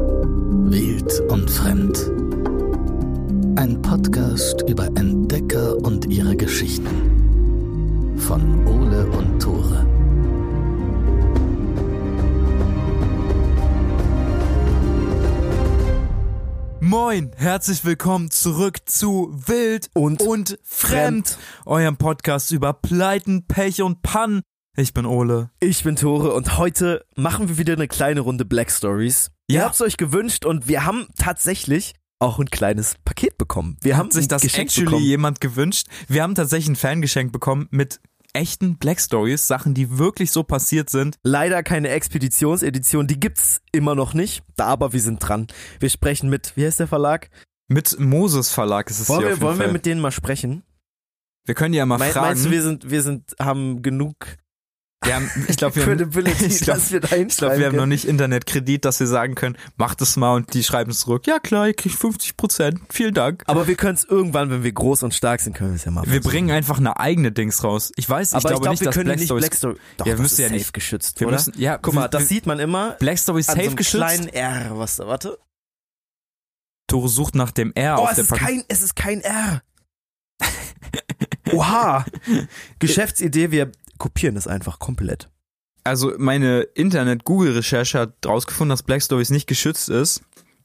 Wild und Fremd. Ein Podcast über Entdecker und ihre Geschichten. Von Ole und Tore. Moin, herzlich willkommen zurück zu Wild Und und Fremd, eurem Podcast über Pleiten, Pech und Pannen. Ich bin Ole. Ich bin Tore und heute machen wir wieder eine kleine Runde Black Stories. Ihr Ja. habt's euch gewünscht und wir haben tatsächlich auch ein kleines Paket bekommen. Wir haben Hat sich ein das Geschenk actually bekommen. jemand gewünscht? Wir haben tatsächlich ein Fangeschenk bekommen mit echten Black Stories, Sachen, die wirklich so passiert sind. Leider keine Expeditionsedition, die gibt's immer noch nicht, da aber wir sind dran. Wir sprechen mit, wie heißt der Verlag? Mit Moses Verlag ist es Wollen hier wir, auf jeden wollen Fall. wir mit denen mal sprechen? wir können die ja mal Mein, fragen. meinst du, wir sind, wir sind, haben genug wir haben, ich glaube, wir, haben- Credibility, ich glaub- dass wir da hinschreiben ich glaub, wir haben noch können? nicht Internetkredit, dass wir sagen können, macht es mal und die schreiben es zurück. Ja klar, ihr kriegt 50 Prozent. Vielen Dank. Aber wir können's irgendwann, wenn wir groß und stark sind, können wir es ja mal Wir versuchen. bringen einfach eine eigene Dings raus. Ich weiß, aber ich glaube ich glaub, nicht, wir dass können Black nicht Stories Black Story. Ja, Doch, wir das müssen ist ja safe nicht. geschützt, Wir oder? müssen- ja, Guck wir- mal, das wir- sieht man immer Black Story an so safe einem geschützt. kleinen R. Was da, warte. Tore sucht nach dem R Oh, auf es der ist, Packung. kein, es ist kein R. Oha. Geschäftsidee, wir kopieren das einfach komplett. Also meine Internet-Google-Recherche hat rausgefunden, dass Black Stories nicht geschützt ist.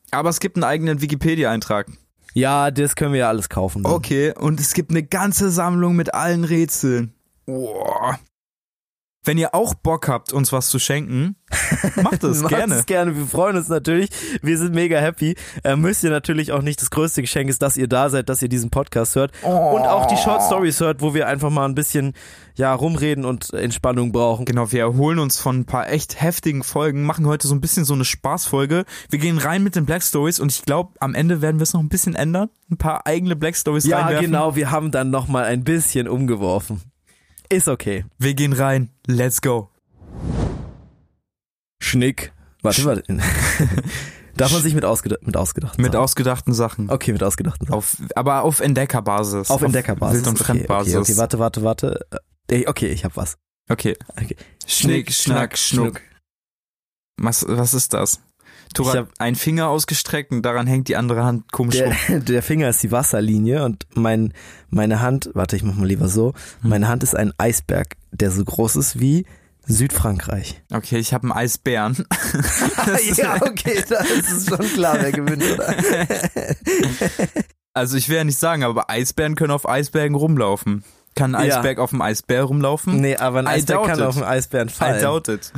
Aber es gibt einen eigenen Wikipedia-Eintrag. Hm. Ja, das können wir ja alles kaufen. ne? dann. Okay, und es gibt eine ganze Sammlung mit allen Rätseln. Boah. Wenn ihr auch Bock habt, uns was zu schenken, macht es Macht's gerne. gerne. Wir freuen uns natürlich. Wir sind mega happy. Äh, müsst ihr natürlich auch nicht. Das größte Geschenk ist, dass ihr da seid, dass ihr diesen Podcast hört und auch die Short Stories hört, wo wir einfach mal ein bisschen ja rumreden und Entspannung brauchen. Genau, wir erholen uns von ein paar echt heftigen Folgen, machen heute so ein bisschen so eine Spaßfolge. Wir gehen rein mit den Black Stories und ich glaube, am Ende werden wir es noch ein bisschen ändern. Ein paar eigene Black Stories Ja, reinwerfen. genau. Wir haben dann noch mal ein bisschen umgeworfen. Ist okay. Wir gehen rein. Let's go. Schnick. Warte, Sch- warte. Darf man sich mit, ausgeda mit ausgedacht Mit sagen? ausgedachten Sachen. Okay, mit ausgedachten Sachen. Auf, aber auf Entdeckerbasis. Auf Entdeckerbasis. Wild- und okay, Fremdbasis. Okay, okay, warte, warte, warte. Äh, Okay, ich hab was. Okay. Okay. Schnick, schnack, schnuck. Was, was ist das? Tora Ich hat einen Finger ausgestreckt und daran hängt die andere Hand komisch rum. Der, der Finger ist die Wasserlinie und mein, meine Hand, warte, ich mach mal lieber so. Meine Hand ist ein Eisberg, der so groß ist wie Südfrankreich. Okay, ich habe einen Eisbären. Das ist- okay, das ist schon klar, wer gewinnt, oder? Also ich will ja nicht sagen, aber Eisbären können auf Eisbergen rumlaufen. Kann ein Ja. Eisberg auf dem Eisbär rumlaufen? Nee, aber ein I Eisberg doubt kann it. auf einen Eisbären I fallen. doubt it.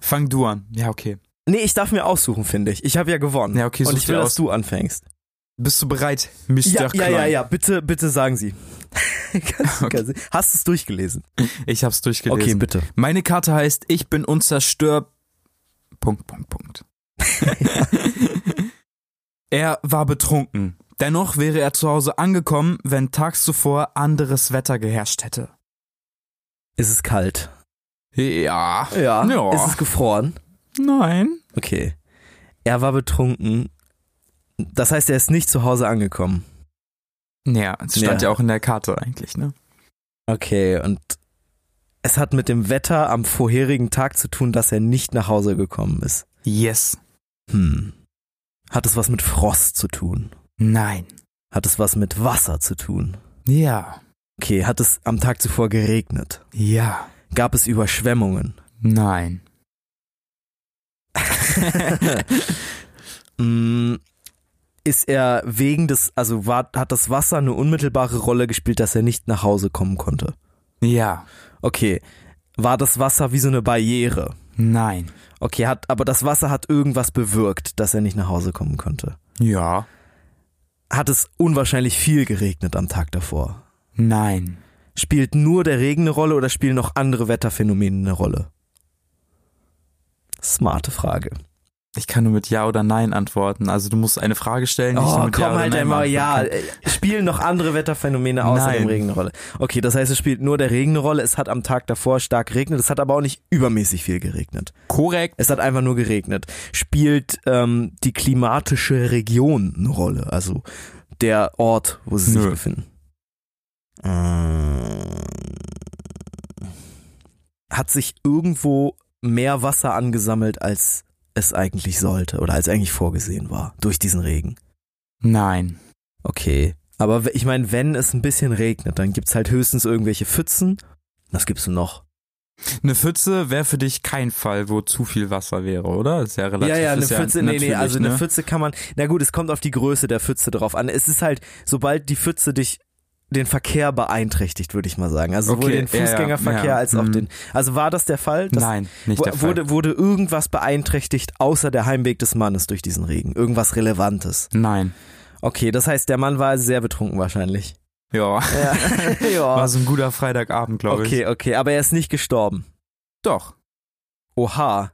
Fang du an. Ja, okay. Nee, ich darf mir aussuchen, finde ich. Ich habe ja gewonnen. Ja, okay, und such ich will, dir dass aus. du anfängst. Bist du bereit, Mr. Ja, ja, Klein? ja, ja, bitte, bitte sagen Sie. Kannst du- Okay. kannst du- Hast du es durchgelesen? Ich hab's Okay, durchgelesen. bitte. Meine Karte heißt Ich bin unzerstörb. Punkt, Punkt, Punkt. er war betrunken. Dennoch wäre er zu Hause angekommen, wenn tags zuvor anderes Wetter geherrscht hätte. Ist es kalt? Ja. Ja. Ja. Ist es gefroren? Nein. Okay. Er war betrunken. Das heißt, er ist nicht zu Hause angekommen. Ja, es stand ja. Ja. auch in der Karte eigentlich, ne? Okay, und es hat mit dem Wetter am vorherigen Tag zu tun, dass er nicht nach Hause gekommen ist. Yes. Hm. Hat es was mit Frost zu tun? Nein. Hat es was mit Wasser zu tun? Ja. Okay, hat es am Tag zuvor geregnet? Ja. Gab es Überschwemmungen? Nein. Mm, ist er wegen des, also war, hat das Wasser eine unmittelbare Rolle gespielt, dass er nicht nach Hause kommen konnte? ja. Okay. War das Wasser wie so eine Barriere? Nein. Okay, hat, aber das Wasser hat irgendwas bewirkt, dass er nicht nach Hause kommen konnte. Ja. Hat es unwahrscheinlich viel geregnet am Tag davor? Nein. Spielt nur der Regen eine Rolle oder spielen noch andere Wetterphänomene eine Rolle? Smarte Frage. Ich kann nur mit Ja oder Nein antworten. Also du musst eine Frage stellen, die ich nur Oh, mit komm Ja oder halt Nein einmal, beantworten ja. kann. äh, Spielen noch andere Wetterphänomene außer Nein. dem Regen eine Rolle. Okay, das heißt, es spielt nur der Regen eine Rolle. Es hat am Tag davor stark geregnet. Es hat aber auch nicht übermäßig viel geregnet. Korrekt. Es hat einfach nur geregnet. Spielt ähm, die klimatische Region eine Rolle? Also der Ort, wo sie Nö. sich befinden. Ähm, hat sich irgendwo mehr Wasser angesammelt, als es eigentlich sollte oder als eigentlich vorgesehen war durch diesen Regen. Nein. Okay. Aber w- ich meine, wenn es ein bisschen regnet, dann gibt's halt höchstens irgendwelche Pfützen. Was gibt's denn noch? Eine Pfütze wäre für dich kein Fall, wo zu viel Wasser wäre, oder? Ist ja relativ. ja, ja, eine ist Pfütze, nee, nee, natürlich, also eine ne? Pfütze kann man, na gut, es kommt auf die Größe der Pfütze drauf an. Es ist halt, sobald die Pfütze dich den Verkehr beeinträchtigt, würde ich mal sagen. Also sowohl Okay, den ja, ja, Fußgängerverkehr ja, als auch mhm. den, also war das der Fall? Das, Nein, nicht wo- der Fall. wurde, wurde irgendwas beeinträchtigt, außer der Heimweg des Mannes durch diesen Regen? Irgendwas Relevantes? Nein. Okay, das heißt, der Mann war sehr betrunken wahrscheinlich. Ja. Ja. War ja. so ein guter Freitagabend, glaube ich. Oh. Okay, okay, aber er ist nicht gestorben. Doch. Oha.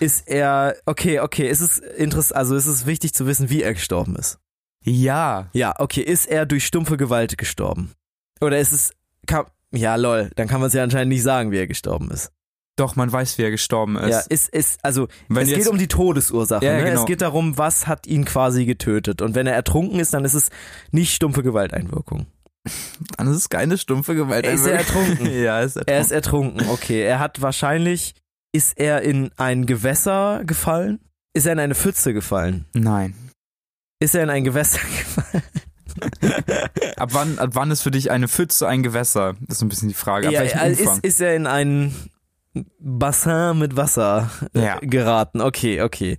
Ist er, okay, okay, ist es interessant, also ist es wichtig zu wissen, wie er gestorben ist. Ja. Ja, okay, ist er durch stumpfe Gewalt gestorben? Oder ist es, kam, ja, lol, dann kann man es ja anscheinend nicht sagen, wie er gestorben ist. Doch, man weiß, wie er gestorben ist. ja, ist, ist, also, Wenn es jetzt- geht um die Todesursache, Ja, ja, ne? genau. Es geht darum, was hat ihn quasi getötet. Und wenn er ertrunken ist, dann ist es nicht stumpfe Gewalteinwirkung. Dann ist es keine stumpfe Gewalt. Ist er ertrunken? ja, ist ertrunken. Er ist ertrunken, okay. Er hat wahrscheinlich, ist er in ein Gewässer gefallen? Ist er in eine Pfütze gefallen? Nein. Ist er in ein Gewässer gefallen? Ab wann, ab wann ist für dich eine Pfütze ein Gewässer? Das ist ein bisschen die Frage. Ab ja, welchem also Umfang? ist, ist er in einen Bassin mit Wasser äh, Ja. geraten? Okay, okay.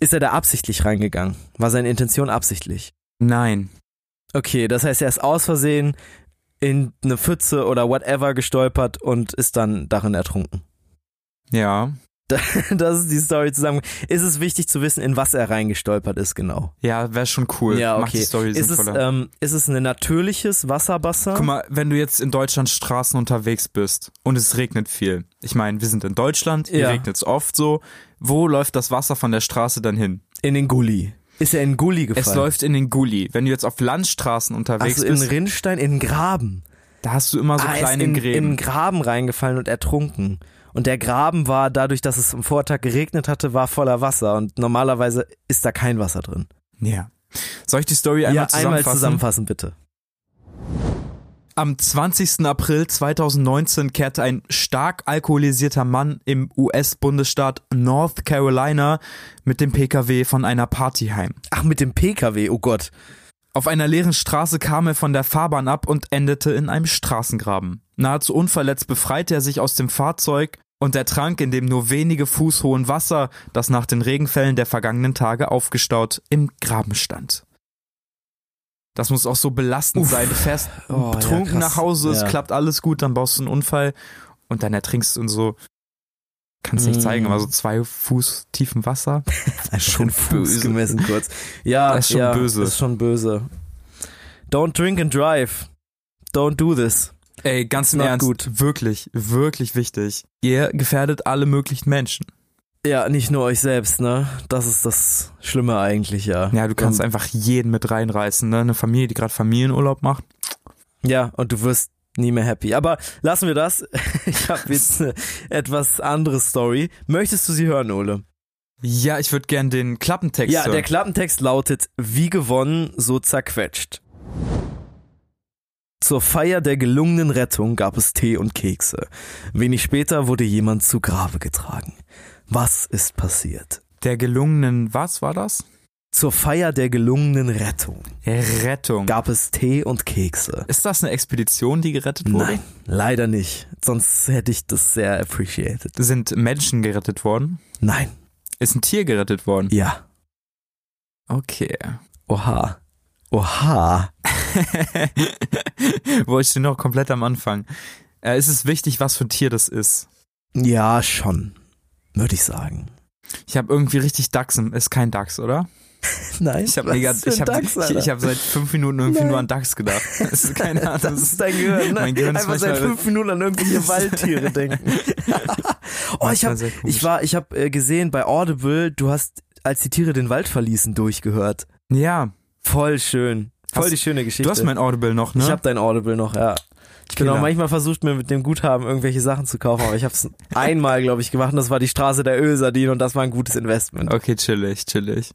Ist er da absichtlich reingegangen? War seine Intention absichtlich? Nein. Okay, das heißt, er ist aus Versehen in eine Pfütze oder whatever gestolpert und ist dann darin ertrunken. Ja. Das ist die Story zusammen. Ist es wichtig zu wissen, in was er reingestolpert ist, genau? Ja, wäre schon cool. Ja, Macht okay. die Story Ist es, sinnvoller. ähm, ist es ein natürliches Wasserbassin? Guck mal, wenn du jetzt in Deutschland Straßen unterwegs bist und es regnet viel. Ich meine, wir sind in Deutschland, hier Ja. regnet es oft so. Wo läuft das Wasser von der Straße dann hin? In den Gully. Ist er in den Gully gefallen? Es läuft in den Gully. Wenn du jetzt auf Landstraßen unterwegs also in bist, Rinnstein, in den Graben. da hast du immer so ah, er ist Also kleine in, in Gräben. den Graben reingefallen und ertrunken. Und der Graben war, dadurch, dass es am Vortag geregnet hatte, war voller Wasser. Und normalerweise ist da kein Wasser drin. ja. Soll ich die Story einmal, ja, einmal zusammenfassen? zusammenfassen, bitte. Am 20. April 2019 kehrte ein stark alkoholisierter Mann im US-Bundesstaat North Carolina mit dem PKW von einer Party heim. Ach, mit dem PKW, oh Gott. Auf einer leeren Straße kam er von der Fahrbahn ab und endete in einem Straßengraben. Nahezu unverletzt befreite er sich aus dem Fahrzeug und ertrank in dem nur wenige Fuß hohen Wasser, das nach den Regenfällen der vergangenen Tage aufgestaut im Graben stand. Das muss auch so belastend Uff. sein. Du fährst Oh, ja, betrunken krass. nach Hause, es Ja. klappt alles gut, dann baust du einen Unfall und dann ertrinkst du in so, kannst nicht Mm. zeigen, aber so zwei Fuß tiefem Wasser. Einfach schon Fuß böse. gemessen kurz. Ja, Das ist schon ja, böse. Ist schon böse. Don't drink and drive. Don't do this. Ey, ganz im Not Ernst, gut. wirklich, wirklich wichtig. Ihr gefährdet alle möglichen Menschen. Ja, nicht nur euch selbst, ne? Das ist das Schlimme eigentlich, ja. Ja, du kannst und, einfach jeden mit reinreißen, ne? Eine Familie, die gerade Familienurlaub macht. Ja, und du wirst nie mehr happy. Aber lassen wir das. Ich habe jetzt eine etwas andere Story. Möchtest du sie hören, Ole? Ja, ich würde gern den Klappentext Ja, hören. der Klappentext lautet, wie gewonnen, so zerquetscht. Zur Feier der gelungenen Rettung gab es Tee und Kekse. Wenig später wurde jemand zu Grabe getragen. Was ist passiert? der gelungenen, was war das? Zur Feier der gelungenen Rettung Rettung. gab es Tee und Kekse. Ist das eine Expedition, die gerettet wurde? Nein, leider nicht. Sonst hätte ich das sehr appreciated. Sind Menschen gerettet worden? Nein, Ist ein Tier gerettet worden? ja. Okay. Oha. Oha. Wo ich stehe noch komplett am Anfang. Äh, ist es wichtig, was für ein Tier das ist? Ja, schon. Würde ich sagen. Ich habe irgendwie richtig Dachs im. Ist kein Dachs, oder? Nein, Ich was habe mega, ist für ein ich habe, Dachs, ich, Alter? ich habe seit fünf Minuten irgendwie Nein. nur an Dachs gedacht. Das ist keine Ahnung. Das ist dein Gehirn, ne? Mein Gehirn ist Einfach seit manchmal- halt fünf Minuten an irgendwelche Waldtiere denken. oh, ich Manchmal habe sehr komisch. ich war, ich habe äh, gesehen bei Audible, du hast, als die Tiere den Wald verließen, durchgehört. ja, Voll schön, voll Hast- die schöne Geschichte. du hast mein Audible noch, ne? Ich habe dein Audible noch, ja. Ich bin auch Killer. manchmal versucht, mir mit dem Guthaben irgendwelche Sachen zu kaufen, aber ich habe es einmal, glaube ich, gemacht und das war die Straße der Ölsardinen und das war ein gutes Investment. okay, chillig, chillig.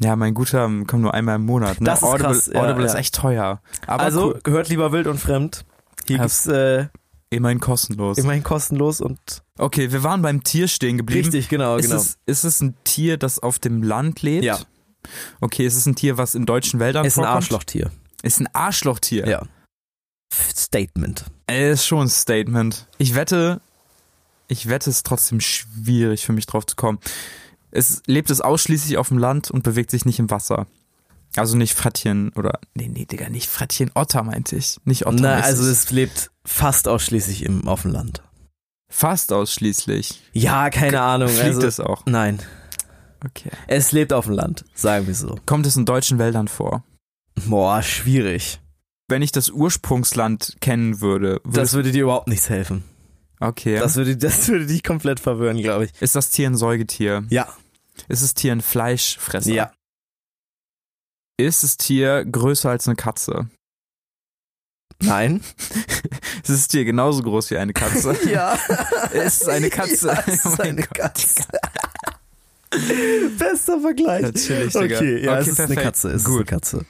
Ja, mein guter kommt nur einmal im Monat. Ne? Das ist Audible, krass, ja, Audible ist ja. echt teuer. Aber also cool. gehört lieber wild und fremd. Hier Ja. gibt's äh, Immerhin kostenlos. Immerhin kostenlos und Okay, wir waren beim Tier stehen geblieben. richtig, genau, Ist, genau. es, ist es ein Tier, das auf dem Land lebt? Ja. Okay, ist es ein Tier, was in deutschen Wäldern ist ein vorkommt? Arschlochtier. Ist ein Arschlochtier. Ja. Statement. Ey, ist schon ein Statement. Ich wette, ich wette, es ist trotzdem schwierig für mich drauf zu kommen. Es lebt es ausschließlich auf dem Land und bewegt sich nicht im Wasser. Also nicht Frettchen oder. Nee, nee, Digga, nicht Frettchen. Otter meinte ich. Nicht Otter. Na, also es lebt fast ausschließlich im auf dem Land. fast ausschließlich. Ja, keine Ahnung. Fliegt also, es auch. nein, Okay. es lebt auf dem Land, sagen wir so. Kommt es in deutschen Wäldern vor? Boah, schwierig. Wenn ich das Ursprungsland kennen würde, würde Das würde dir überhaupt nichts helfen. Okay. Das würde, das würde dich komplett verwirren, glaube ich. ist das Tier ein Säugetier? Ja. Ist das Tier ein Fleischfresser? Ja. Ist das Tier größer als eine Katze? Nein. Ist das Tier genauso groß wie eine Katze? ja. Es ist eine Katze. Ja, es Oh ist mein eine Gott, Katze. Bester Vergleich. Natürlich, Digga. Okay, ja, Okay, es ist eine perfekt. Katze. Es Gut. ist eine Katze.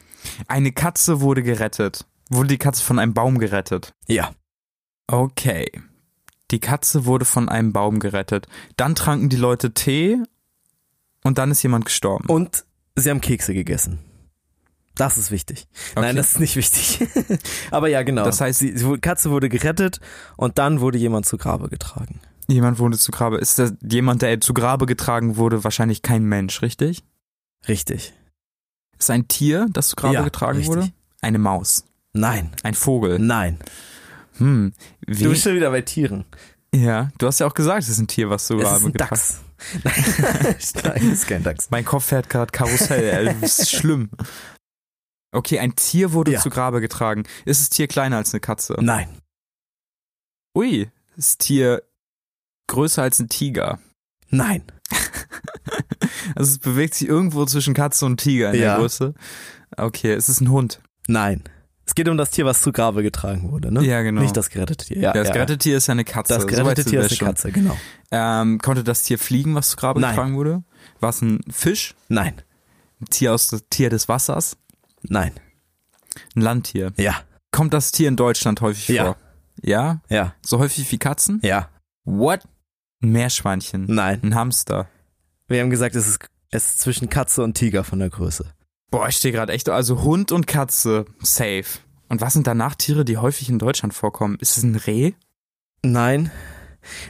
Eine Katze wurde gerettet. Wurde die Katze von einem Baum gerettet? Ja. Okay. Die Katze wurde von einem Baum gerettet. Dann tranken die Leute Tee und dann ist jemand gestorben. Und sie haben Kekse gegessen. Das ist wichtig. Nein, Okay. das ist nicht wichtig. Aber ja, genau. Das heißt- die Katze wurde gerettet und dann wurde jemand zu Grabe getragen. Jemand wurde zu Grabe. Ist das jemand, der zu Grabe getragen wurde, wahrscheinlich kein Mensch, richtig? Richtig. Ist ein Tier, das zu Grabe Ja, getragen richtig. wurde? Eine Maus. Nein. Ein Vogel. Nein. Hm. Du Wie? bist schon wieder bei Tieren. ja, du hast ja auch gesagt, es ist ein Tier, was zu Es ist Grabe ein getragen Dachs. Nein, Nein, es ist kein Dachs. Mein Kopf fährt gerade Karussell, ey, das ist schlimm. Okay, ein Tier wurde Ja. zu Grabe getragen. Ist das Tier kleiner als eine Katze? Nein. Ui, ist das Tier größer als ein Tiger? Nein. Also es bewegt sich irgendwo zwischen Katze und Tiger in Ja. der Größe. Okay, ist es ein Hund? Nein. Es geht um das Tier, was zu Grabe getragen wurde, ne? Ja, genau. Nicht das gerettete Tier. Ja, das ja. gerettete Tier ist ja eine Katze. das So gerettete weit sind Tier wir ist eine schon. Katze, genau. Ähm, konnte das Tier fliegen, was zu Grabe Nein. getragen wurde? War es ein Fisch? Nein. Ein Tier aus Tier des Wassers? Nein. Ein Landtier? Ja. Kommt das Tier in Deutschland häufig Ja. vor? Ja? Ja. So häufig wie Katzen? Ja. What? Ein Meerschweinchen. Nein. Ein Hamster. Wir haben gesagt, es ist, es ist zwischen Katze und Tiger von der Größe. Boah, ich stehe gerade echt. Also Hund und Katze. Safe. Und was sind danach Tiere, die häufig in Deutschland vorkommen? Ist es ein Reh? Nein.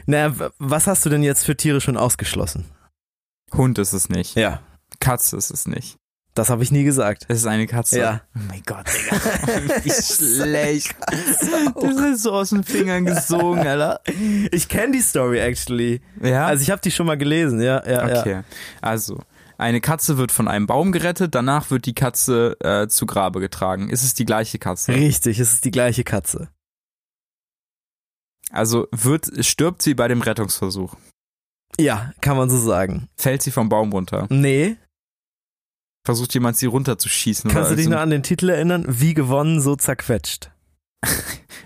Naja, w- was hast du denn jetzt für Tiere schon ausgeschlossen? Hund ist es nicht. Ja. Katze ist es nicht. Das habe ich nie gesagt. Es ist eine Katze. Ja. Oh mein Gott, Digga. Wie schlecht. Das ist so aus den Fingern gesogen, Alter. Ich kenne die Story actually. Ja? Also ich habe die schon mal gelesen, ja, ja, okay. Also, eine Katze wird von einem Baum gerettet, danach wird die Katze äh, zu Grabe getragen. Ist es die gleiche ja. Katze? Richtig, es ist die gleiche Katze. Also wird, stirbt sie bei dem Rettungsversuch. Ja, kann man so sagen. Fällt sie vom Baum runter. Nee, Versucht jemand, sie runterzuschießen. kannst du oder dich so. noch an den Titel erinnern? Wie gewonnen, so zerquetscht.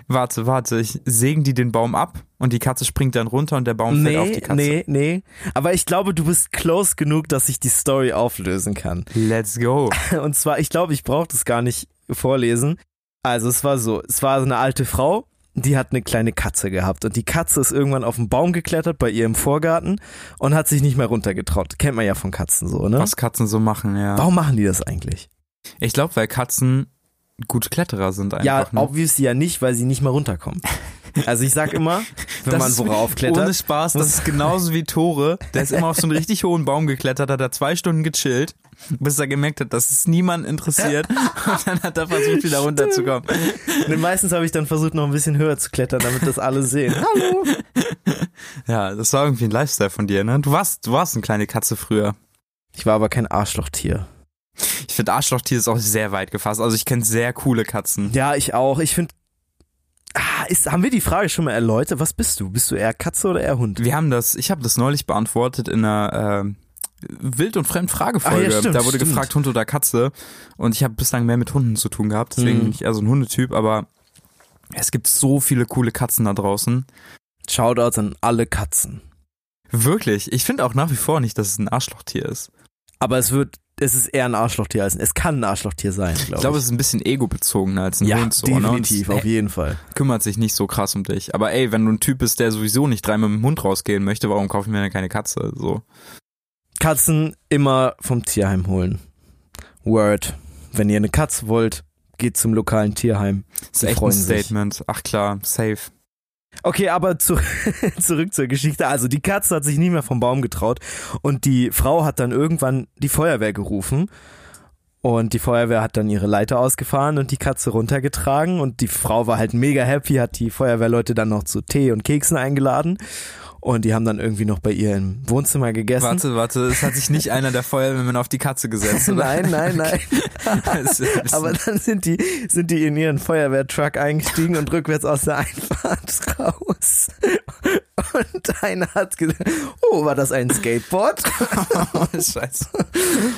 Warte, warte. Ich sägen die den Baum ab und die Katze springt dann runter und der Baum fällt auf die Katze. nee, nee. Aber ich glaube, du bist close genug, dass ich die Story auflösen kann. Let's go. Und zwar, ich glaube, ich brauche das gar nicht vorlesen. Also es war so, es war so eine alte Frau, die hat eine kleine Katze gehabt und die Katze ist irgendwann auf den Baum geklettert bei ihr im Vorgarten und hat sich nicht mehr runtergetraut. Kennt man ja von Katzen so, ne? Was Katzen so machen, ja. Warum machen die das eigentlich? Ich glaube, weil Katzen gute Kletterer sind einfach. ja, ne? obviously ja nicht, weil sie nicht mehr runterkommen. Also ich sag immer, wenn Das man ist- worauf Ohne klettert, Spaß, das ist genauso wie Tore. Der ist immer auf so einen richtig hohen Baum geklettert, hat da zwei Stunden gechillt, bis er gemerkt hat, dass es niemanden interessiert. Und dann hat er versucht, wieder runterzukommen. ne, meistens habe ich dann versucht, noch ein bisschen höher zu klettern, damit das alle sehen. Hallo! Ja, das war irgendwie ein Lifestyle von dir, ne? Du warst, du warst eine kleine Katze früher. Ich war aber kein Arschlochtier. Ich finde Arschlochtier ist auch sehr weit gefasst. Also ich kenne sehr coole Katzen. Ja, ich auch. Ich finde. Ah, ist, haben wir die Frage schon mal erläutert? Was bist du? Bist du eher Katze oder eher Hund? Wir haben das, ich habe das neulich beantwortet in einer ähm, Wild- und Fremd-Fragefolge. Ah, ja, stimmt, da wurde stimmt. gefragt, Hund oder Katze. Und ich habe bislang mehr mit Hunden zu tun gehabt, deswegen Mhm. bin ich eher so ein Hundetyp, aber es gibt so viele coole Katzen da draußen. Shoutouts an alle Katzen. Wirklich, ich finde auch nach wie vor nicht, dass es ein Arschlochtier ist. Aber es wird es ist eher ein Arschlochtier als ein. Es kann ein Arschlochtier sein, glaube ich. Ich glaube, es ist ein bisschen ego-bezogener als ein ja, Hund. So, definitiv, ne? Und auf es jeden Fall. kümmert sich nicht so krass um dich. Aber ey, wenn du ein Typ bist, der sowieso nicht dreimal mit dem Hund rausgehen möchte, warum kaufe ich mir dann keine Katze? So. Katzen immer vom Tierheim holen. Word. Wenn ihr eine Katze wollt, geht zum lokalen Tierheim. Das ist Die echt ein freuen sich. Statement. Ach klar, safe. Okay, aber zu, zurück zur Geschichte. Also die Katze hat sich nie mehr vom Baum getraut und die Frau hat dann irgendwann die Feuerwehr gerufen und die Feuerwehr hat dann ihre Leiter ausgefahren und die Katze runtergetragen und die Frau war halt mega happy, hat die Feuerwehrleute dann noch zu Tee und Keksen eingeladen und die haben dann irgendwie noch bei ihr im Wohnzimmer gegessen. Warte, warte, es hat sich nicht einer der Feuerwehrmänner auf die Katze gesetzt, oder? Nein, nein, nein. Das ist- Aber dann sind die, sind die in ihren Feuerwehrtruck eingestiegen und rückwärts aus der Einfahrt raus. Und einer hat gesagt, oh, war das ein Skateboard? Scheiße.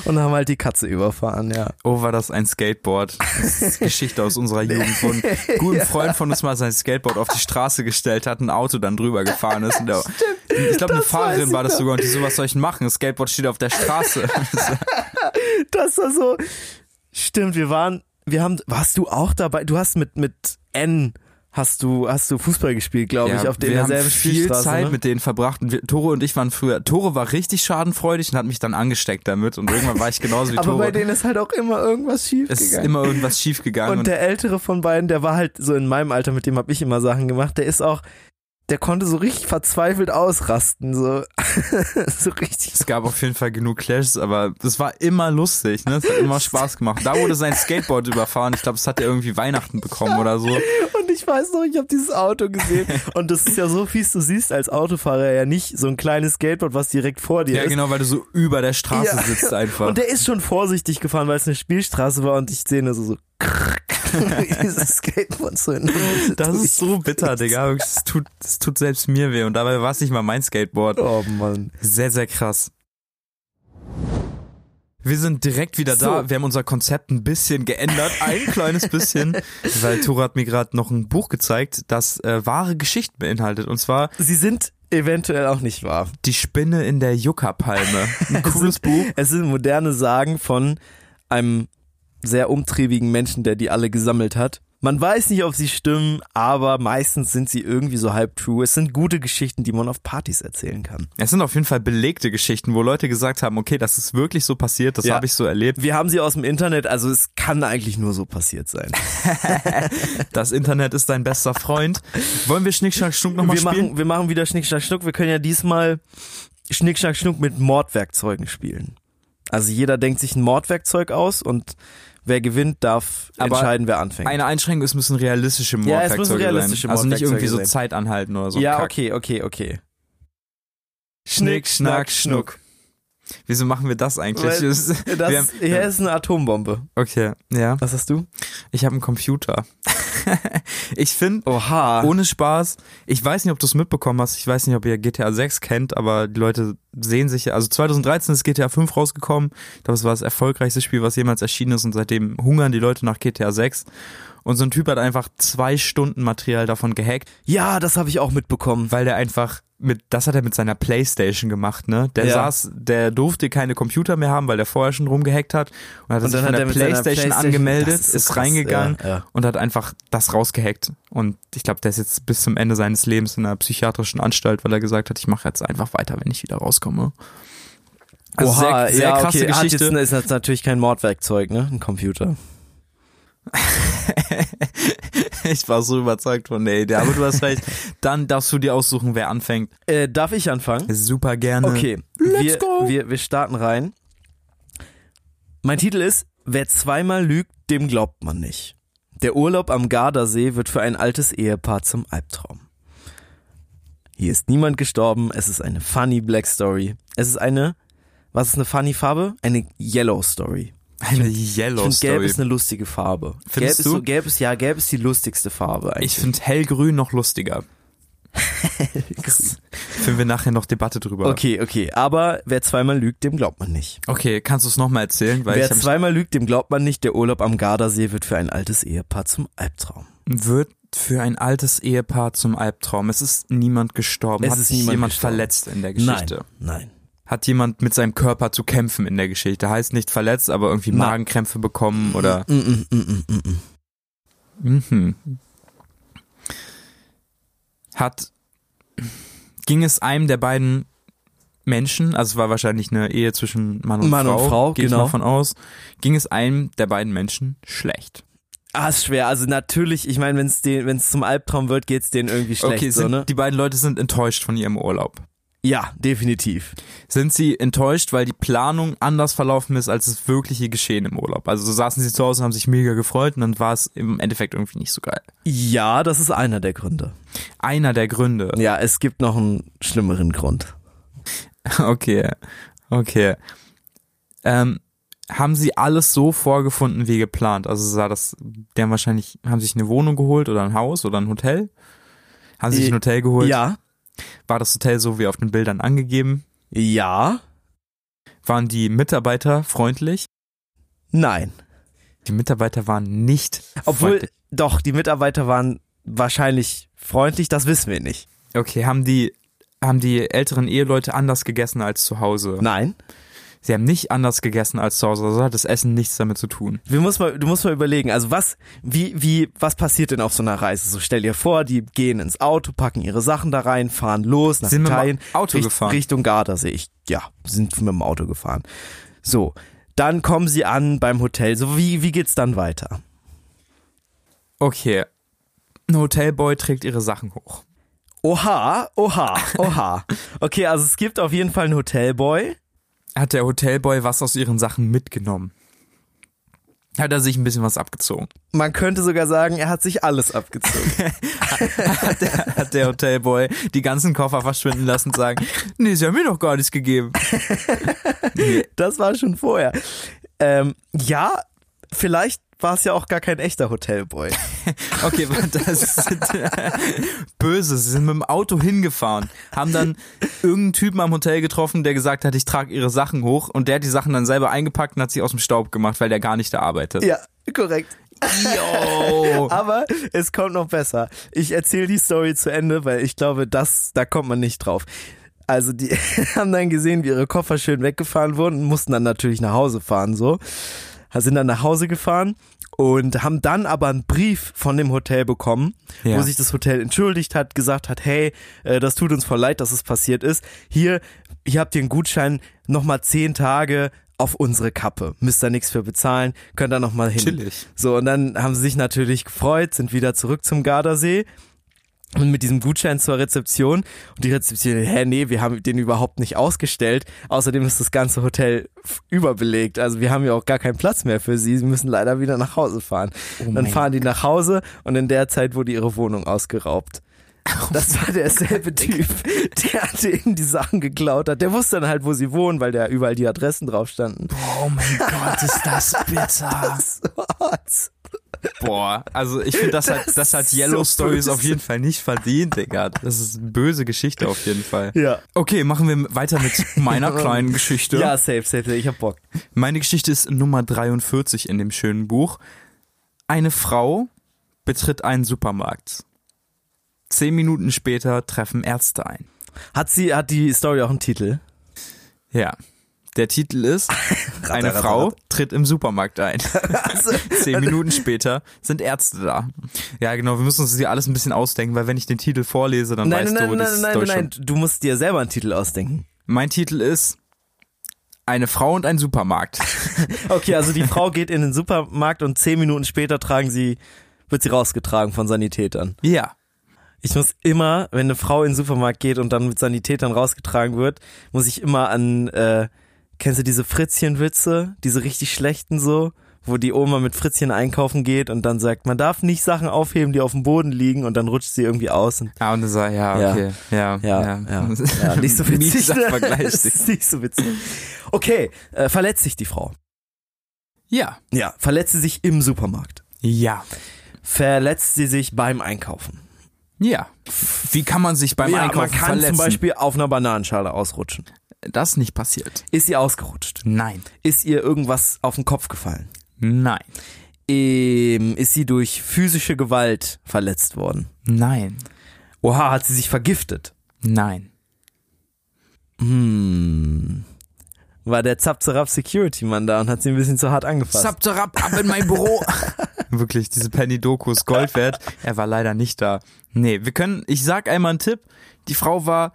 Und haben halt die Katze überfahren, ja. Oh, war das ein Skateboard. Das ist Geschichte aus unserer Jugend, wo ein guter Freund von uns mal sein Skateboard auf die Straße gestellt hat, ein Auto dann drüber gefahren ist. Und der, ich glaube, eine das weiß Fahrerin ich war das noch. sogar und die so, was soll ich denn machen? Das Skateboard steht auf der Straße. Das war so, stimmt, wir waren, wir haben, warst du auch dabei? Du hast mit, mit N, hast du, hast du Fußball gespielt, glaube ich, auf der wir haben derselben viel Spielstraße, Zeit ne? mit denen verbracht. Und wir, Tore und ich waren früher. Tore war richtig schadenfreudig und hat mich dann angesteckt damit. Und irgendwann war ich genauso wie Aber bei Tore. denen ist halt auch immer irgendwas schief Es ist gegangen. immer irgendwas schief gegangen. Und der ältere von beiden, der war halt so in meinem Alter, mit dem habe ich immer Sachen gemacht, der ist auch, der konnte so richtig verzweifelt ausrasten, so, so richtig. Es gab auf jeden Fall genug Clashes, aber es war immer lustig, ne? Es hat immer Spaß gemacht. Da wurde sein Skateboard überfahren. Ich glaube, es hat er irgendwie Weihnachten bekommen oder so. Und ich weiß noch, ich habe dieses Auto gesehen und das ist ja so fies, du siehst als Autofahrer ja nicht so ein kleines Skateboard, was direkt vor dir Ja, ist. genau, weil du so über der Straße Ja. sitzt einfach. Und der ist schon vorsichtig gefahren, weil es eine Spielstraße war und ich sehe nur so, so dieses Skateboard so in das ist so bitter, Digga. Wirklich, Das tut, das tut selbst mir weh. Und dabei war es nicht mal mein Skateboard. Oh Mann. Sehr, sehr krass. Wir sind direkt wieder da. So. Wir haben unser Konzept ein bisschen geändert. Ein kleines bisschen. Weil Tore hat mir gerade noch ein Buch gezeigt, das äh, wahre Geschichten beinhaltet. Und zwar Sie sind eventuell auch nicht wahr. Die Spinne in der Yucca-Palme. Ein cooles Buch. Es sind moderne Sagen von einem sehr umtriebigen Menschen, der die alle gesammelt hat. Man weiß nicht, ob sie stimmen, aber meistens sind sie irgendwie so halb true. Es sind gute Geschichten, die man auf Partys erzählen kann. Es sind auf jeden Fall belegte Geschichten, wo Leute gesagt haben, okay, das ist wirklich so passiert, das Ja. habe ich so erlebt. Wir haben sie aus dem Internet, also es kann eigentlich nur so passiert sein. Das Internet ist dein bester Freund. Wollen wir Schnick, Schnack, Schnuck nochmal Wir spielen? machen, wir machen wieder Schnick, Schnack, Schnuck. Wir können ja diesmal Schnick, Schnack, Schnuck mit Mordwerkzeugen spielen. Also jeder denkt sich ein Mordwerkzeug aus und wer gewinnt, darf Aber entscheiden, wer anfängt. Eine Einschränkung, es müssen realistische Ja, es Mordwerkzeuge müssen realistische sein. Also nicht irgendwie so Mordwerkzeuge sein. Zeit anhalten oder so. ja, Kack. okay, okay, okay. Schnick, Schnack, Schnuck. Wieso machen wir das eigentlich? Weil- Das Wir haben- hier ist eine Atombombe. okay, ja. Was hast du? Ich habe einen Computer. ich finde, Oha. Ohne Spaß. Ich weiß nicht, ob du es mitbekommen hast. Ich weiß nicht, ob ihr GTA 6 kennt, aber die Leute sehen sich ja. Also 2013 ist GTA 5 rausgekommen. Ich glaube, es war das erfolgreichste Spiel, was jemals erschienen ist und seitdem hungern die Leute nach GTA 6. Und so ein Typ hat einfach zwei Stunden Material davon gehackt, ja, das habe ich auch mitbekommen. weil der einfach mit, das hat er mit seiner Playstation gemacht, ne? Der Ja. saß, der durfte keine Computer mehr haben, weil der vorher schon rumgehackt hat. Und hat er sich Und dann von hat der er mit seiner Playstation, Playstation- angemeldet, Das ist, ist so krass, reingegangen ja, ja. und hat einfach das rausgehackt. Und ich glaube, der ist jetzt bis zum Ende seines Lebens in einer psychiatrischen Anstalt, weil er gesagt hat, ich mache jetzt einfach weiter, wenn ich wieder rauskomme. Also Oha, sehr, sehr ja, krasse okay. Hat Geschichte. Jetzt, ist jetzt natürlich kein Mordwerkzeug, ne? Ein Computer. ich war so überzeugt von der Idee, aber du hast recht. Dann darfst du dir aussuchen, wer anfängt. Äh, darf ich anfangen? Super gerne. Okay. Let's wir, go. Wir, wir starten rein. Mein Titel ist, wer zweimal lügt, dem glaubt man nicht. Der Urlaub am Gardasee wird für ein altes Ehepaar zum Albtraum. Hier ist niemand gestorben, es ist eine funny Black Story. Es ist eine, was ist eine funny Farbe? Eine Yellow Story. Eine Ich Yellow finde, gelb Story. ist eine lustige Farbe. Findest gelb du? Ist so, gelb ist, ja, gelb ist die lustigste Farbe Ich eigentlich. finde hellgrün noch lustiger. Finden wir nachher noch Debatte drüber. okay, okay, aber wer zweimal lügt, dem glaubt man nicht. Okay, kannst du es nochmal erzählen? Weil Wer ich hab zweimal lügt, dem glaubt man nicht, der Urlaub am Gardasee wird für ein altes Ehepaar zum Albtraum. wird für ein altes Ehepaar zum Albtraum. Es ist niemand gestorben. Es Hat ist sich niemand jemand gestorben. verletzt in der Geschichte? Nein, nein. hat jemand mit seinem Körper zu kämpfen in der Geschichte. Heißt nicht verletzt, aber irgendwie Nein. Magenkrämpfe bekommen oder. Mm -mm, mm -mm, mm -mm. Mhm. Hat. Ging es einem der beiden Menschen, also es war wahrscheinlich eine Ehe zwischen Mann und Mann und Frau, Frau, gehe ich genau. mal von aus, ging es einem der beiden Menschen schlecht. Ah, ist schwer. Also natürlich, ich meine, wenn es wenn's zum Albtraum wird, geht's denen irgendwie schlecht, okay, so, sind, ne? die beiden Leute sind enttäuscht von ihrem Urlaub. Ja, definitiv. Sind sie enttäuscht, weil die Planung anders verlaufen ist als das wirkliche Geschehen im Urlaub? Also so saßen sie zu Hause und haben sich mega gefreut und dann war es im Endeffekt irgendwie nicht so geil. Ja, das ist einer der Gründe. Einer der Gründe. Ja, es gibt noch einen schlimmeren Grund. Okay, okay. Ähm, haben sie alles so vorgefunden wie geplant? Also sah das, die haben wahrscheinlich, haben sich eine Wohnung geholt oder ein Haus oder ein Hotel? Haben sie sich Äh, ein Hotel geholt? Ja, War das Hotel so wie auf den Bildern angegeben? ja, Waren die Mitarbeiter freundlich? nein. Die Mitarbeiter waren nicht Obwohl, freundlich. doch, die Mitarbeiter waren wahrscheinlich freundlich, das wissen wir nicht. Okay, haben die, haben die älteren Eheleute anders gegessen als zu Hause? Nein. Sie haben nicht anders gegessen als zu Hause, also hat das Essen nichts damit zu tun. Wir muss mal, du musst mal überlegen, also was, wie, wie, was passiert denn auf so einer Reise? So stell dir vor, die gehen ins Auto, packen ihre Sachen da rein, fahren los nach Sind wir mit Italien. dem Auto Richt- gefahren? Richtung Gardasee. Ich, ja, sind wir mit dem Auto gefahren. So, dann kommen sie an beim Hotel. So, wie, wie geht's dann weiter? Okay. Ein Hotelboy trägt ihre Sachen hoch. Oha, oha, oha. Okay, also es gibt auf jeden Fall einen Hotelboy. Hat der Hotelboy was aus ihren Sachen mitgenommen? Hat er sich ein bisschen was abgezogen? Man könnte sogar sagen, er hat sich alles abgezogen. Hat der Hotelboy die ganzen Koffer verschwinden lassen und sagen, nee, sie haben mir doch gar nichts gegeben. Das war schon vorher. Ähm, ja, vielleicht war es ja auch gar kein echter Hotelboy. Okay, warte, das sind äh, böse. Sie sind mit dem Auto hingefahren, haben dann irgendeinen Typen am Hotel getroffen, der gesagt hat, ich trage ihre Sachen hoch und der hat die Sachen dann selber eingepackt und hat sie aus dem Staub gemacht, weil der gar nicht da arbeitet. Ja, korrekt. Yo. Aber es kommt noch besser. Ich erzähle die Story zu Ende, weil ich glaube, das, da kommt man nicht drauf. Also die haben dann gesehen, wie ihre Koffer schön weggefahren wurden und mussten dann natürlich nach Hause fahren, so. Sind dann nach Hause gefahren und haben dann aber einen Brief von dem Hotel bekommen, wo Ja. sich das Hotel entschuldigt hat, gesagt hat, hey, äh, das tut uns voll leid, dass es passiert ist. Hier, hier habt ihr einen Gutschein, nochmal zehn Tage auf unsere Kappe. Müsst da nichts für bezahlen, könnt da nochmal hin. Chillig. So, und dann haben sie sich natürlich gefreut, sind wieder zurück zum Gardasee und mit diesem Gutschein zur Rezeption. Und die Rezeption, hä, nee, wir haben den überhaupt nicht ausgestellt. Außerdem ist das ganze Hotel f- überbelegt. Also wir haben ja auch gar keinen Platz mehr für sie. Sie müssen leider wieder nach Hause fahren. dann fahren die nach Hause und in der Zeit wurde ihre Wohnung ausgeraubt. Das war derselbe Typ, der hatte ihnen die Sachen geklaut hat. Der wusste dann halt, wo sie wohnen, weil da überall die Adressen drauf standen. Oh mein Gott, ist das bitter. Boah, also ich finde, das hat, das hat ist Yellow so Stories böse. auf jeden Fall nicht verdient, Digga. Das ist eine böse Geschichte auf jeden Fall. Ja. Okay, machen wir weiter mit meiner kleinen Geschichte. Ja, safe, safe, ich hab Bock. Meine Geschichte ist Nummer 43 in dem schönen Buch. Eine Frau betritt einen Supermarkt. Zehn Minuten später treffen Ärzte ein. Hat sie, hat die Story auch einen Titel? Ja. Der Titel ist Eine ratter, Also Frau ratter. tritt im Supermarkt ein. Zehn Minuten später sind Ärzte da. Ja, genau, wir müssen uns das hier alles ein bisschen ausdenken, weil wenn ich den Titel vorlese, dann Nein, weißt nein, du, nein, das nein, ist nein, Deutsch. nein, du musst dir selber einen Titel ausdenken. Mein Titel ist Eine Frau und ein Supermarkt. Okay, also die Frau geht in den Supermarkt und zehn Minuten später tragen sie, wird sie rausgetragen von Sanitätern. ja. Ich muss immer, wenn eine Frau in den Supermarkt geht und dann mit Sanitätern rausgetragen wird, muss ich immer an, äh, kennst du diese Fritzchenwitze? Diese richtig schlechten so? Wo die Oma mit Fritzchen einkaufen geht und dann sagt, man darf nicht Sachen aufheben, die auf dem Boden liegen und dann rutscht sie irgendwie aus. Und, Ah, und dann sag, ja, Ja. okay. Ja, ja, ja, ja, nicht so witzig. Mieser ne? Vergleich. Das ist nicht so witzig. Okay, äh, verletzt sich die Frau. ja. Ja, verletzt sie sich im Supermarkt. Ja. verletzt sie sich beim Einkaufen. Ja. Wie kann man sich beim ja, Einkaufen man kann verletzen? zum Beispiel auf einer Bananenschale ausrutschen. das nicht passiert. Ist sie ausgerutscht? Nein. Ist ihr irgendwas auf den Kopf gefallen? Nein. Ähm, ist sie durch physische Gewalt verletzt worden? Nein. Oha, hat sie sich vergiftet? Nein. Hm. War der Zapzerab Security Mann da und hat sie ein bisschen zu hart angefasst. Zapterab ab in mein Büro. Wirklich, diese Penny Doku ist Gold wert. Er war leider nicht da. Nee, wir können, ich sag einmal einen Tipp. Die Frau war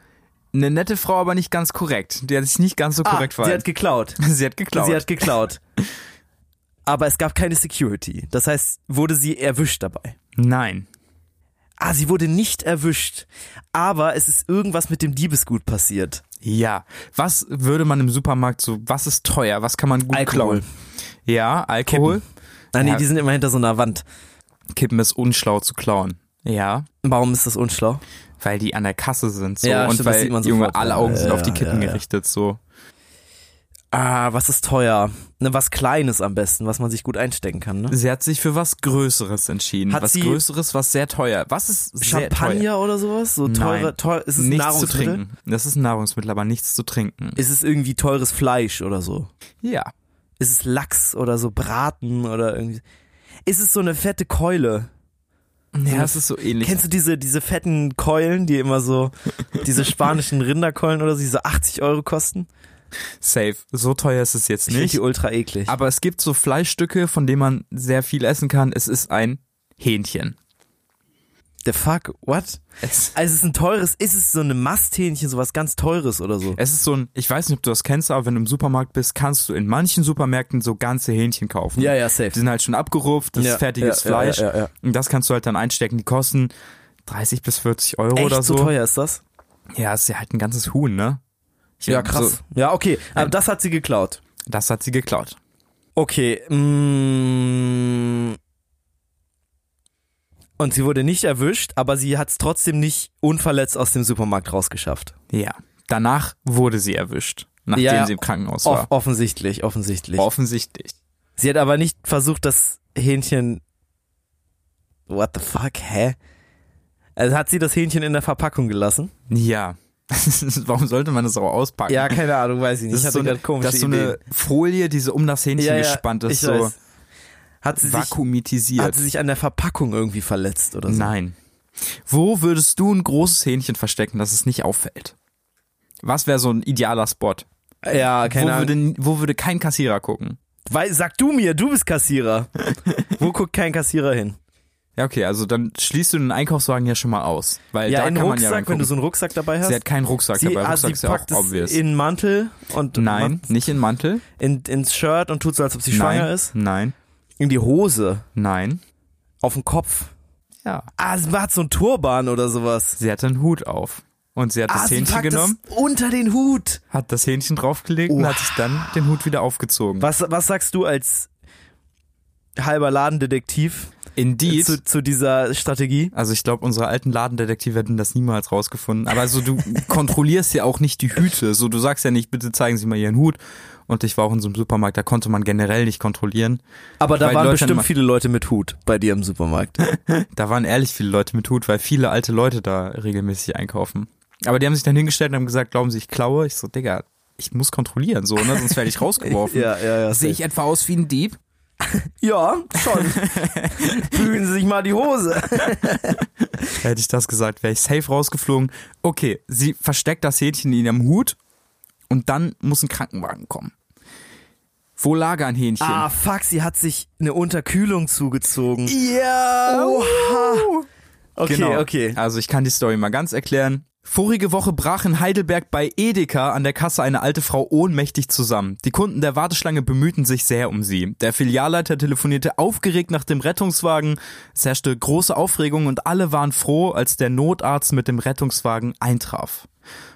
eine nette Frau, aber nicht ganz korrekt. Die hat sich nicht ganz so ah, korrekt sie hat verhalten. geklaut. Sie hat geklaut. Sie hat geklaut. Aber es gab keine Security. Das heißt, wurde sie erwischt dabei. Nein. Ah, sie wurde nicht erwischt. Aber es ist irgendwas mit dem Diebesgut passiert. Ja. Was würde man im Supermarkt so, was ist teuer? Was kann man gut Alkohol. klauen? Ja, Alkohol. Nein, Ja. Ah, nee, die sind immer hinter so einer Wand. Kippen ist unschlau zu klauen. Ja, Warum ist das unschlau? weil die an der Kasse sind so Ja, und stimmt, das weil sieht man Junge, sofort, alle ja. Augen sind Ja, auf die ja, Kippen ja. gerichtet so. Ah, was ist teuer? Ne, was Kleines am besten, was man sich gut einstecken kann, ne? Sie hat sich für was Größeres entschieden. Hat was sie- Größeres, was sehr teuer. Was ist sehr teuer? Champagner oder sowas? So teure, Nein. teuer, ist es nichts zu Nahrungsmittel? trinken. Das ist Nahrungsmittel, aber nichts zu trinken. Ist es irgendwie teures Fleisch oder so? Ja. Ist es Lachs oder so Braten oder irgendwie? Ist es so eine fette Keule? Ja, das ist so ähnlich. Kennst du diese, diese fetten Keulen, die immer so, diese spanischen Rinderkeulen oder so, die so 80 Euro kosten? Safe. So teuer ist es jetzt Ich finde nicht. die ultra eklig. Aber es gibt so Fleischstücke, von denen man sehr viel essen kann. Es ist ein Hähnchen. The fuck, what? Es, Also es ist ein teures, ist es so eine Masthähnchen, sowas ganz teures oder so? es ist so ein, ich weiß nicht, ob du das kennst, aber wenn du im Supermarkt bist, kannst du in manchen Supermärkten so ganze Hähnchen kaufen. ja, Die safe. sind halt schon abgerupft, das Ja, ist fertiges ja, ja, Fleisch. ja, ja. Und das kannst du halt dann einstecken. Die kosten 30 bis 40 Euro Echt oder so. so teuer ist das? Ja, ist ja halt ein ganzes Huhn, ne? Ich- so, ja, okay. Aber das hat sie geklaut. das hat sie geklaut. Okay. Mm. Und sie wurde nicht erwischt, aber sie hat es trotzdem nicht unverletzt aus dem Supermarkt rausgeschafft. Ja. Danach wurde sie erwischt, nachdem Ja, sie im Krankenhaus Off war. offensichtlich, offensichtlich. Offensichtlich. Sie hat aber nicht versucht, das Hähnchen. What the fuck? Hä? Also hat sie das Hähnchen in der Verpackung gelassen? Ja. Warum sollte man das auch auspacken? Ja, keine Ahnung, weiß ich nicht. das Ich ist hatte so eine, grad komische das ist so eine Folie, die so um das Hähnchen Ideen. gespannt ist, ich so weiß. Hat sie, sich, hat vakuumitisiert. sie sich an der Verpackung irgendwie verletzt oder so? Nein. Wo würdest du ein großes Hähnchen verstecken, dass es nicht auffällt? Was wäre so ein idealer Spot? Ja, keine Wo Ahnung. würde, wo würde kein Kassierer gucken? Weil, sag du mir, du bist Kassierer. Wo guckt kein Kassierer hin? Ja, okay, also dann schließt du den Einkaufswagen ja schon mal aus. Weil Ja, da in kann Rucksack, man ja wenn du reingucken. so einen Rucksack dabei hast. Sie hat keinen Rucksack Sie- dabei. ah, Rucksack sie ist ja auch packt obvious. es in den Mantel und Nein, macht- nicht in Mantel. in, ins Shirt und tut so, als ob sie schwanger nein, ist. Nein, In die Hose, nein. auf den Kopf. Ja. Ah, sie hat so einen Turban oder sowas. Sie hatte einen Hut auf. Und sie hat Ah, das sie Hähnchen packt genommen, das unter den Hut. hat das Hähnchen draufgelegt und Wow. hat sich dann den Hut wieder aufgezogen. Was, was sagst du als halber Ladendetektiv Indeed. zu, zu dieser Strategie? Also ich glaube, unsere alten Ladendetektive hätten das niemals rausgefunden. Aber so, du kontrollierst ja auch nicht die Hüte. So, du sagst ja nicht, bitte zeigen Sie mal Ihren Hut. Und ich war auch in so einem Supermarkt, da konnte man generell nicht kontrollieren. Aber da Weil waren Leute bestimmt immer- viele Leute mit Hut bei dir im Supermarkt. Da waren ehrlich viele Leute mit Hut, weil viele alte Leute da regelmäßig einkaufen. Aber die haben sich dann hingestellt und haben gesagt, glauben Sie, ich klaue? Ich so, Digga, ich muss kontrollieren, so, ne? Sonst werde ich rausgeworfen. ja, ja, Sehe ja. safe. ich etwa aus wie ein Dieb? Ja, schon. Bügeln Sie sich mal die Hose. Hätte ich das gesagt, wäre ich safe rausgeflogen. Okay, sie versteckt das Hähnchen in ihrem Hut und dann muss ein Krankenwagen kommen. Wo lag ein Hähnchen? Ah, fuck, sie hat sich eine Unterkühlung zugezogen. ja! Oha. Okay, genau. okay. Also ich kann die Story mal ganz erklären. Vorige Woche brach in Heidelberg bei Edeka an der Kasse eine alte Frau ohnmächtig zusammen. Die Kunden der Warteschlange bemühten sich sehr um sie. Der Filialleiter telefonierte aufgeregt nach dem Rettungswagen. Es herrschte große Aufregung und alle waren froh, als der Notarzt mit dem Rettungswagen eintraf.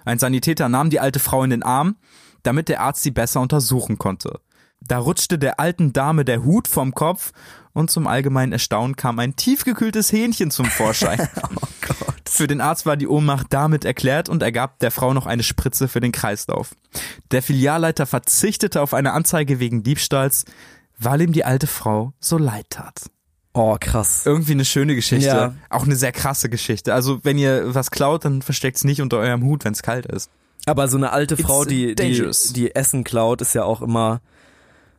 Ein Sanitäter nahm die alte Frau in den Arm, damit der Arzt sie besser untersuchen konnte. Da rutschte der alten Dame der Hut vom Kopf und zum allgemeinen Erstaunen kam ein tiefgekühltes Hähnchen zum Vorschein. Für den Arzt war die Ohnmacht damit erklärt und er gab der Frau noch eine Spritze für den Kreislauf. Der Filialleiter verzichtete auf eine Anzeige wegen Diebstahls, weil ihm die alte Frau so leid tat. Oh, krass. Irgendwie eine schöne Geschichte. Ja. Auch eine sehr krasse Geschichte. Also, wenn ihr was klaut, dann versteckt es nicht unter eurem Hut, wenn es kalt ist. Aber so eine alte Frau, die, die, dangerous. die Essen klaut, ist ja auch immer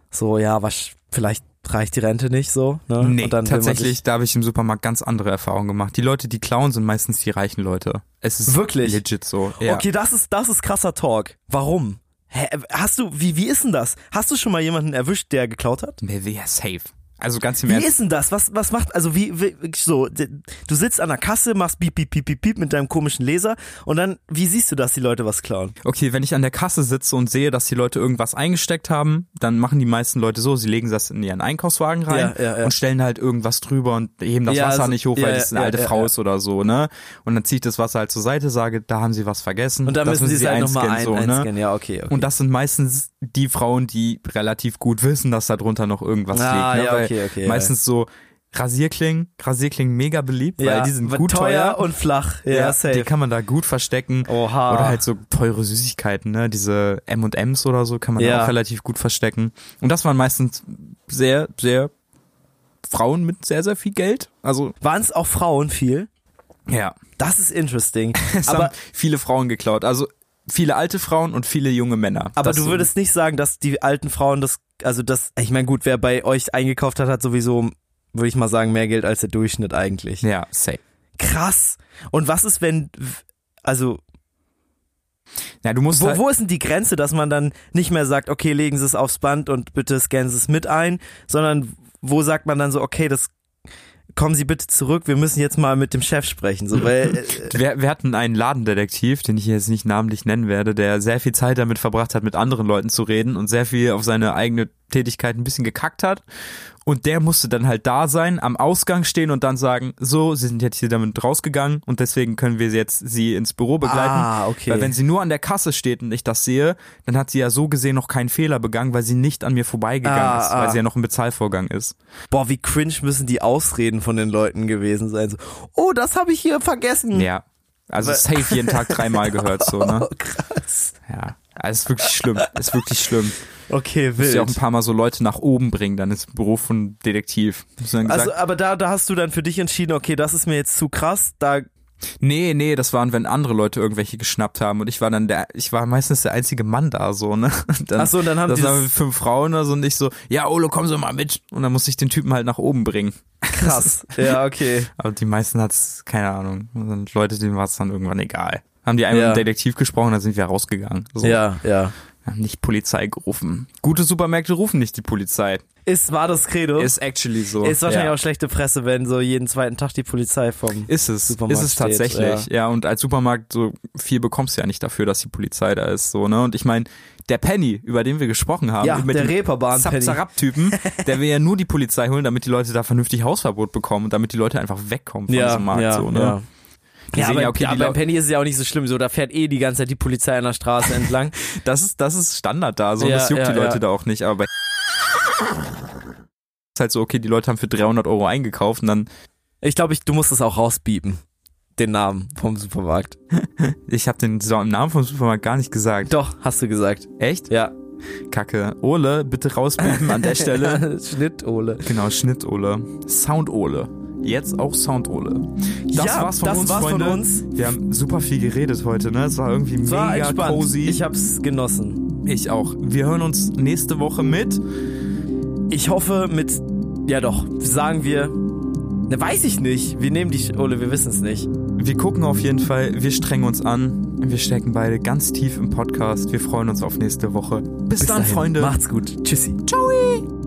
so, ja, was, vielleicht reicht die Rente nicht so. Ne? Nee, Und dann will man tatsächlich, da habe ich im Supermarkt ganz andere Erfahrungen gemacht. Die Leute, die klauen, sind meistens die reichen Leute. Es ist Wirklich? legit so. sich- Ja. Okay, das ist, das ist krasser Talk. Warum? Hä, hast du, wie, wie ist denn das? Hast du schon mal jemanden erwischt, der geklaut hat? Nee, Ja, safe. Also ganz im Wie Ernst. ist denn das? Was, was macht, also wie, wie so, d- du sitzt an der Kasse, machst piep, piep, piep, piep, piep mit deinem komischen Laser und dann, wie siehst du, dass die Leute was klauen? Okay, wenn ich an der Kasse sitze und sehe, dass die Leute irgendwas eingesteckt haben, dann machen die meisten Leute so, sie legen das in ihren Einkaufswagen rein Ja, ja, ja. und stellen halt irgendwas drüber und heben das Ja, Wasser so- nicht hoch, weil ja, das ja, eine alte ja, Frau ja. ist oder so, ne? Und dann ziehe ich das Wasser halt zur Seite, sage, da haben sie was vergessen. Und dann das müssen sie es halt nochmal ein, so, ne? einscannen. Ja, okay, okay. Und das sind meistens die Frauen, die relativ gut wissen, dass da drunter noch irgendwas Ah, liegt. Ne? ja, weil okay, okay, ja. meistens so Rasierklingen, Rasierklingen mega beliebt, weil die sind war gut teuer. und flach. Ja, Ja, die safe. kann man da gut verstecken. Oha. Oder halt so teure Süßigkeiten, ne? Diese M&Ms oder so kann man Ja. da auch relativ gut verstecken. Und das waren meistens sehr, sehr Frauen mit sehr, sehr viel Geld. Also, Waren es auch Frauen viel? ja. Das ist interesting. Es aber haben viele Frauen geklaut. Also, viele alte Frauen und viele junge Männer. aber Das du so- würdest nicht sagen, dass die alten Frauen das, also das, ich meine gut, wer bei euch eingekauft hat, hat sowieso, würde ich mal sagen, mehr Geld als der Durchschnitt eigentlich. Ja, safe. Krass. Und was ist, wenn, also, Ja, du musst wo, halt, wo ist denn die Grenze, dass man dann nicht mehr sagt, okay, legen Sie es aufs Band und bitte scannen Sie es mit ein, sondern wo sagt man dann so, okay, das, kommen Sie bitte zurück, wir müssen jetzt mal mit dem Chef sprechen, so, weil, äh, Wir, wir hatten einen Ladendetektiv, den ich jetzt nicht namentlich nennen werde, der sehr viel Zeit damit verbracht hat, mit anderen Leuten zu reden und sehr viel auf seine eigene Tätigkeit ein bisschen gekackt hat. Und der musste dann halt da sein, am Ausgang stehen und dann sagen, so, sie sind jetzt hier damit rausgegangen und deswegen können wir sie jetzt sie ins Büro begleiten. Ah, okay. Weil wenn sie nur an der Kasse steht und ich das sehe, dann hat sie ja so gesehen noch keinen Fehler begangen, weil sie nicht an mir vorbeigegangen Ah, ist, ah. weil sie ja noch im Bezahlvorgang ist. Boah, wie cringe müssen die Ausreden von den Leuten gewesen sein. So, oh, das habe ich hier vergessen. Ja. Also Weil- safe jeden Tag dreimal gehört so, ne? Hm. Oh, krass. Ja. Also ist wirklich schlimm. Ist wirklich schlimm. Okay, Müsst ihr auch ein wild. paar Mal so Leute nach oben bringen, dann ist Beruf von Detektiv. Muss dann gesagt, Also, aber da, da hast du dann für dich entschieden, okay, das ist mir jetzt zu krass, da, nee, nee, das waren, wenn andere Leute irgendwelche geschnappt haben und ich war dann der, ich war meistens der einzige Mann da, so, ne? Und Dann, Ach so, und dann haben das die waren das- fünf Frauen oder so und ich so, ja, Ole, komm so mal mit. Und dann musste ich den Typen halt nach oben bringen. krass. ja, okay. Aber die meisten hat's, keine Ahnung, und Leute, denen war's dann irgendwann egal. Haben die einmal Ja. mit dem Detektiv gesprochen, dann sind wir rausgegangen. So. Ja, ja. Haben nicht Polizei gerufen. Gute Supermärkte rufen nicht die Polizei. Ist, war das Credo? Ist actually so. Ist wahrscheinlich ja. auch schlechte Presse, wenn so jeden zweiten Tag die Polizei vom. Ist es, Supermarkt ist es steht, tatsächlich. Ja. und als Supermarkt so viel bekommst du ja nicht dafür, dass die Polizei da ist, so, ne? Und ich meine, der Penny, über den wir gesprochen haben, ja, mit der dem Reeperbahn-Penny. Zap-Zarab-Typen, der will ja nur die Polizei holen, damit die Leute da vernünftig Hausverbot bekommen und damit die Leute einfach wegkommen von diesem Markt, so, ne? ja. Die Ja, sehen aber, ja, okay, ja, die beim Leute, Penny ist es ja auch nicht so schlimm, so, da fährt eh die ganze Zeit die Polizei an der Straße entlang. das ist, das ist Standard da, so, und Ja, das juckt ja, die Leute ja. da auch nicht, aber bei ist halt so, okay, die Leute haben für 300 Euro eingekauft und dann, Ich glaube, ich, du musst es auch rausbiepen. Den Namen vom Supermarkt. ich habe den so im Namen vom Supermarkt gar nicht gesagt. Doch, hast du gesagt. Echt? Ja. Kacke. Ole, bitte rausbieben an der Stelle. Schnitt, Ole. Genau, Schnitt-Ole. Sound-Ole. Jetzt auch Sound-Ole. Das Ja, war's von das uns, war's von Freunde. uns. Wir haben super viel geredet heute, ne? Es war irgendwie Es war mega entspannt. cozy. Ich hab's genossen. ich auch. Wir hören uns nächste Woche mit. Ich hoffe mit, ja doch, sagen wir, ne, weiß ich nicht. Wir nehmen die, Sch- Ole, wir wissen es nicht. Wir gucken auf jeden Fall. Wir strengen uns an. Wir stecken beide ganz tief im Podcast. Wir freuen uns auf nächste Woche. Bis, dann, dahin. Freunde. Macht's gut. Tschüssi. Ciao.